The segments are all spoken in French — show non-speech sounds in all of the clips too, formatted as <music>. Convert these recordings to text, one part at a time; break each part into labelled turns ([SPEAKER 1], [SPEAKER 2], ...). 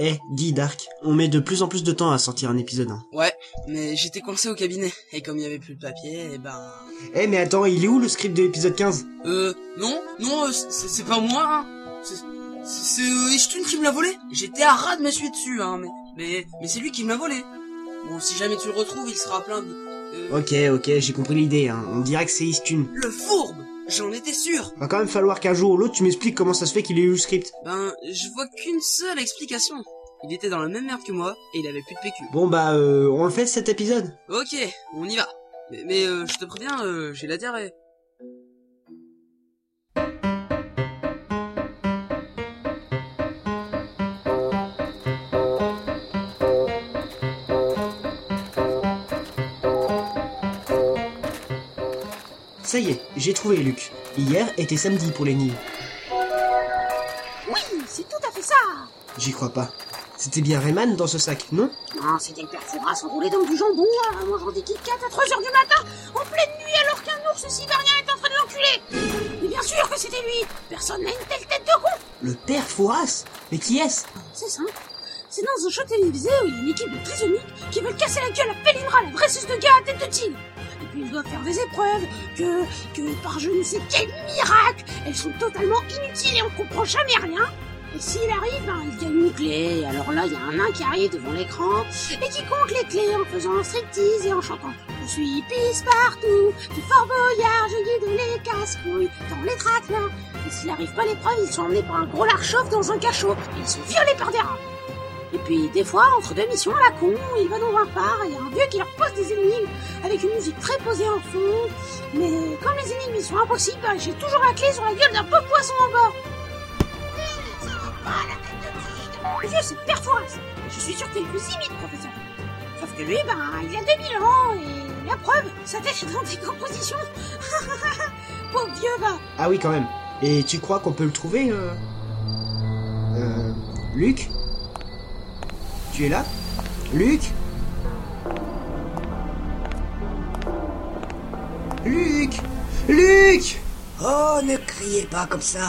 [SPEAKER 1] Eh, dis Dark, on met de plus en plus de temps à sortir un épisode hein. 1.
[SPEAKER 2] Ouais, mais j'étais coincé au cabinet, et comme il y avait plus de papier, et ben...
[SPEAKER 1] Eh, mais attends, il est où le script de l'épisode 15
[SPEAKER 2] Euh, non, non, euh, c'est c'est pas moi, hein. C'est- C'est euh, Ishtun qui me l'a volé. J'étais à ras de m'essuyer dessus, hein, mais... Mais, mais c'est lui qui me l'a volé. Bon, si jamais tu le retrouves, il sera plein de... euh,
[SPEAKER 1] Ok, ok, j'ai compris l'idée, hein. on dirait que c'est Istune.
[SPEAKER 2] Le fourbe J'en étais sûr
[SPEAKER 1] Va quand même falloir qu'un jour ou l'autre tu m'expliques comment ça se fait qu'il ait eu le script.
[SPEAKER 2] Ben, je vois qu'une seule explication. Il était dans la même merde que moi, et il avait plus de PQ.
[SPEAKER 1] Bon bah, euh, on le fait cet épisode
[SPEAKER 2] Ok, on y va. Mais, mais, euh, je te préviens, euh, j'ai la diarrhée.
[SPEAKER 1] Ça y est, j'ai trouvé Luc. Hier était samedi pour les nids.
[SPEAKER 3] Oui, c'est tout à fait ça
[SPEAKER 1] J'y crois pas. C'était bien Rayman dans ce sac, non
[SPEAKER 3] Non, c'était le père Fouras enroulé dans du jambon, hein. en mangeant des Kit Kat à 3h du matin, en pleine nuit, alors qu'un ours sibérien est en train de l'enculer Mais bien sûr que c'était lui Personne n'a une telle tête de con
[SPEAKER 1] Le père Fouras Mais qui est-ce
[SPEAKER 3] C'est simple. C'est dans un show télévisé où il y a une équipe de prisonniers qui veulent casser la gueule à Pelindra, la vraie suce de gars à tête de tigre. Et puis ils doivent faire des épreuves que, que par je ne sais quel miracle, elles sont totalement inutiles et on comprend jamais rien. Et s'il arrive, ben, il gagne une clé. Et alors là, il y a un nain qui arrive devant l'écran et qui compte les clés en faisant un striptease et en chantant « Je suis pisse partout, du fort boyard, je guide les casse-couilles dans les traquenards. » Et s'il n'arrive pas à l'épreuve, ils sont emmenés par un gros larchauve dans un cachot. Ils sont violés par des rats. Et puis, des fois, entre deux missions à la con, ils vont dans un bar et il y a un vieux qui leur pose des énigmes avec une musique très posée en fond. Mais comme les énigmes ils sont impossibles, ben, j'ai toujours la clé sur la gueule d'un pauvre poisson en bord. Hum, ça va pas, la tête de tigre. Le vieux, c'est Perforas. Je suis sûr qu'il vous imite, professeur. Sauf que lui, ben, il a 2000 ans et la preuve, sa tête est dans des compositions. <laughs> pauvre ben, vieux, va.
[SPEAKER 1] Ah oui, quand même. Et tu crois qu'on peut le trouver euh... Euh, Luc Tu es là Luc Luc Luc
[SPEAKER 4] Oh, ne criez pas comme ça.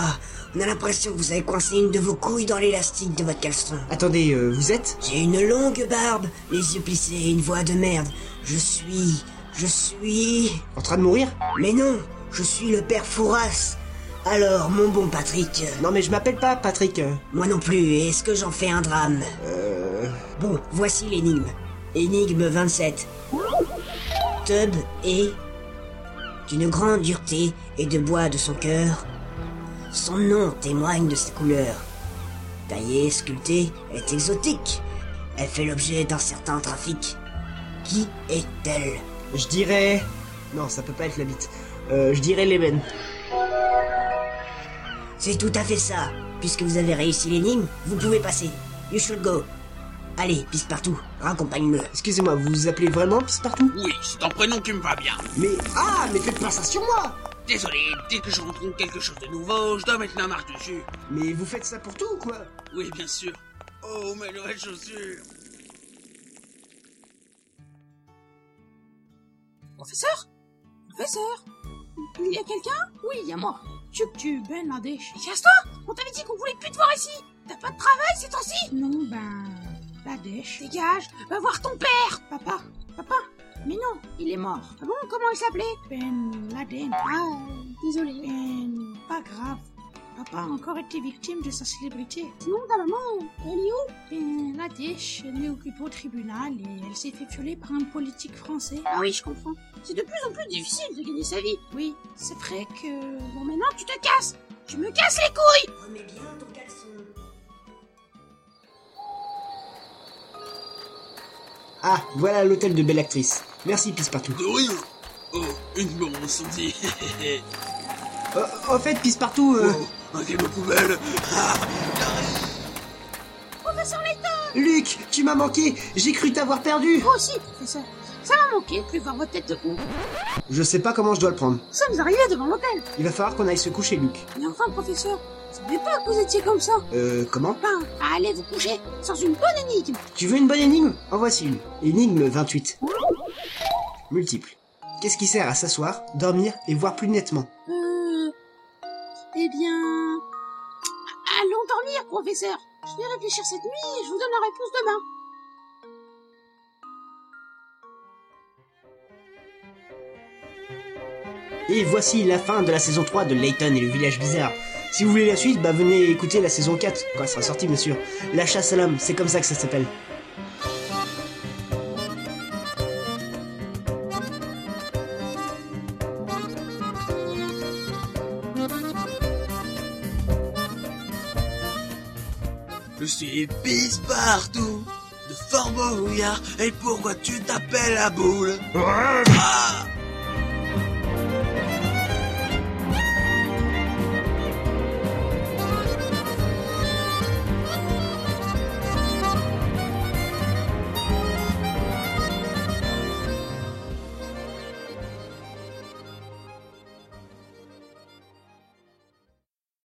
[SPEAKER 4] On a l'impression que vous avez coincé une de vos couilles dans l'élastique de votre caleçon.
[SPEAKER 1] Attendez, euh, vous êtes
[SPEAKER 4] J'ai une longue barbe, les yeux plissés et une voix de merde. Je suis... Je suis...
[SPEAKER 1] En train de mourir
[SPEAKER 4] Mais non, je suis le père Fouras. Alors, mon bon Patrick, euh,
[SPEAKER 1] Non mais je m'appelle pas Patrick. euh.
[SPEAKER 4] moi non plus, est-ce que j'en fais un drame
[SPEAKER 1] Euh...
[SPEAKER 4] Bon, voici l'énigme. Énigme 27. Tub est d'une grande dureté et de bois de son cœur. Son nom témoigne de sa couleur. Taillée, sculptée, elle est exotique. Elle fait l'objet d'un certain trafic. Qui est-elle
[SPEAKER 1] Je dirais... Non, ça peut pas être la bite. Euh, je dirais Leben.
[SPEAKER 4] C'est tout à fait ça. Puisque vous avez réussi l'énigme, vous pouvez passer. You should go. Allez, pisse partout, raccompagne-le.
[SPEAKER 1] Excusez-moi, vous vous appelez vraiment Pissepartout
[SPEAKER 5] Oui, c'est un prénom qui me va bien.
[SPEAKER 1] Mais... Ah, mais faites pas ça sur moi
[SPEAKER 5] Désolé, dès que je rencontre quelque chose de nouveau, je dois mettre ma marque dessus.
[SPEAKER 1] Mais vous faites ça pour tout ou quoi
[SPEAKER 5] Oui, bien sûr. Oh, mes nouvelles chaussures
[SPEAKER 3] Professeur Professeur Il y a quelqu'un Oui, il y a moi. Tu tu ben la dèche. Mais casse-toi On t'avait dit qu'on voulait plus te voir ici T'as pas de travail ces temps-ci Non, ben... La dèche. Dégage Va voir ton père Papa Papa Mais non, il est mort. Ah bon Comment il s'appelait Ben Laden. Ah, désolé. Ben... Pas grave. Papa a encore été victime de sa célébrité. Sinon, ta maman, elle est où Ben Ladesh, elle est occupée au tribunal et elle s'est fait violer par un politique français. Ah oui, je comprends. C'est de plus en plus difficile de gagner sa vie. Oui, c'est vrai que... Bon, maintenant, tu te casses Tu me casses les couilles
[SPEAKER 4] Remets bien ton caleçon.
[SPEAKER 1] Ah, voilà l'hôtel de belle actrice. Merci Pissepartout.
[SPEAKER 5] De rien Oh, une bombe incendie
[SPEAKER 1] Euh, au fait, Pissepartout... Euh...
[SPEAKER 5] Oh, un game aux poubelles
[SPEAKER 3] Professeur Layton
[SPEAKER 1] Luc, tu m'as manqué J'ai cru t'avoir perdu
[SPEAKER 3] Moi aussi, professeur. Ça m'a manqué de plus voir votre tête de con.
[SPEAKER 1] Je sais pas comment je dois le prendre.
[SPEAKER 3] Nous sommes arrivés devant l'hôtel.
[SPEAKER 1] Il va falloir qu'on aille se coucher, Luc.
[SPEAKER 3] Mais enfin, professeur, je savais pas que vous étiez comme ça.
[SPEAKER 1] Euh, comment
[SPEAKER 3] Ben, allez vous coucher sans une bonne énigme.
[SPEAKER 1] Tu veux une bonne énigme En voici une. Énigme 28. Multiple. Qu'est-ce qui sert à s'asseoir, dormir et voir plus nettement
[SPEAKER 3] Euh... Eh bien... Allons dormir, professeur Je vais réfléchir cette nuit et je vous donne la réponse demain.
[SPEAKER 1] Et voici la fin de la saison 3 de Layton et le village bizarre. Si vous voulez la suite, bah venez écouter la saison 4, quand elle sera sortie bien sûr. La chasse à l'homme, c'est comme ça que ça s'appelle.
[SPEAKER 2] Je suis pisse partout de Fort Boyard. Et pourquoi tu t'appelles la boule Ah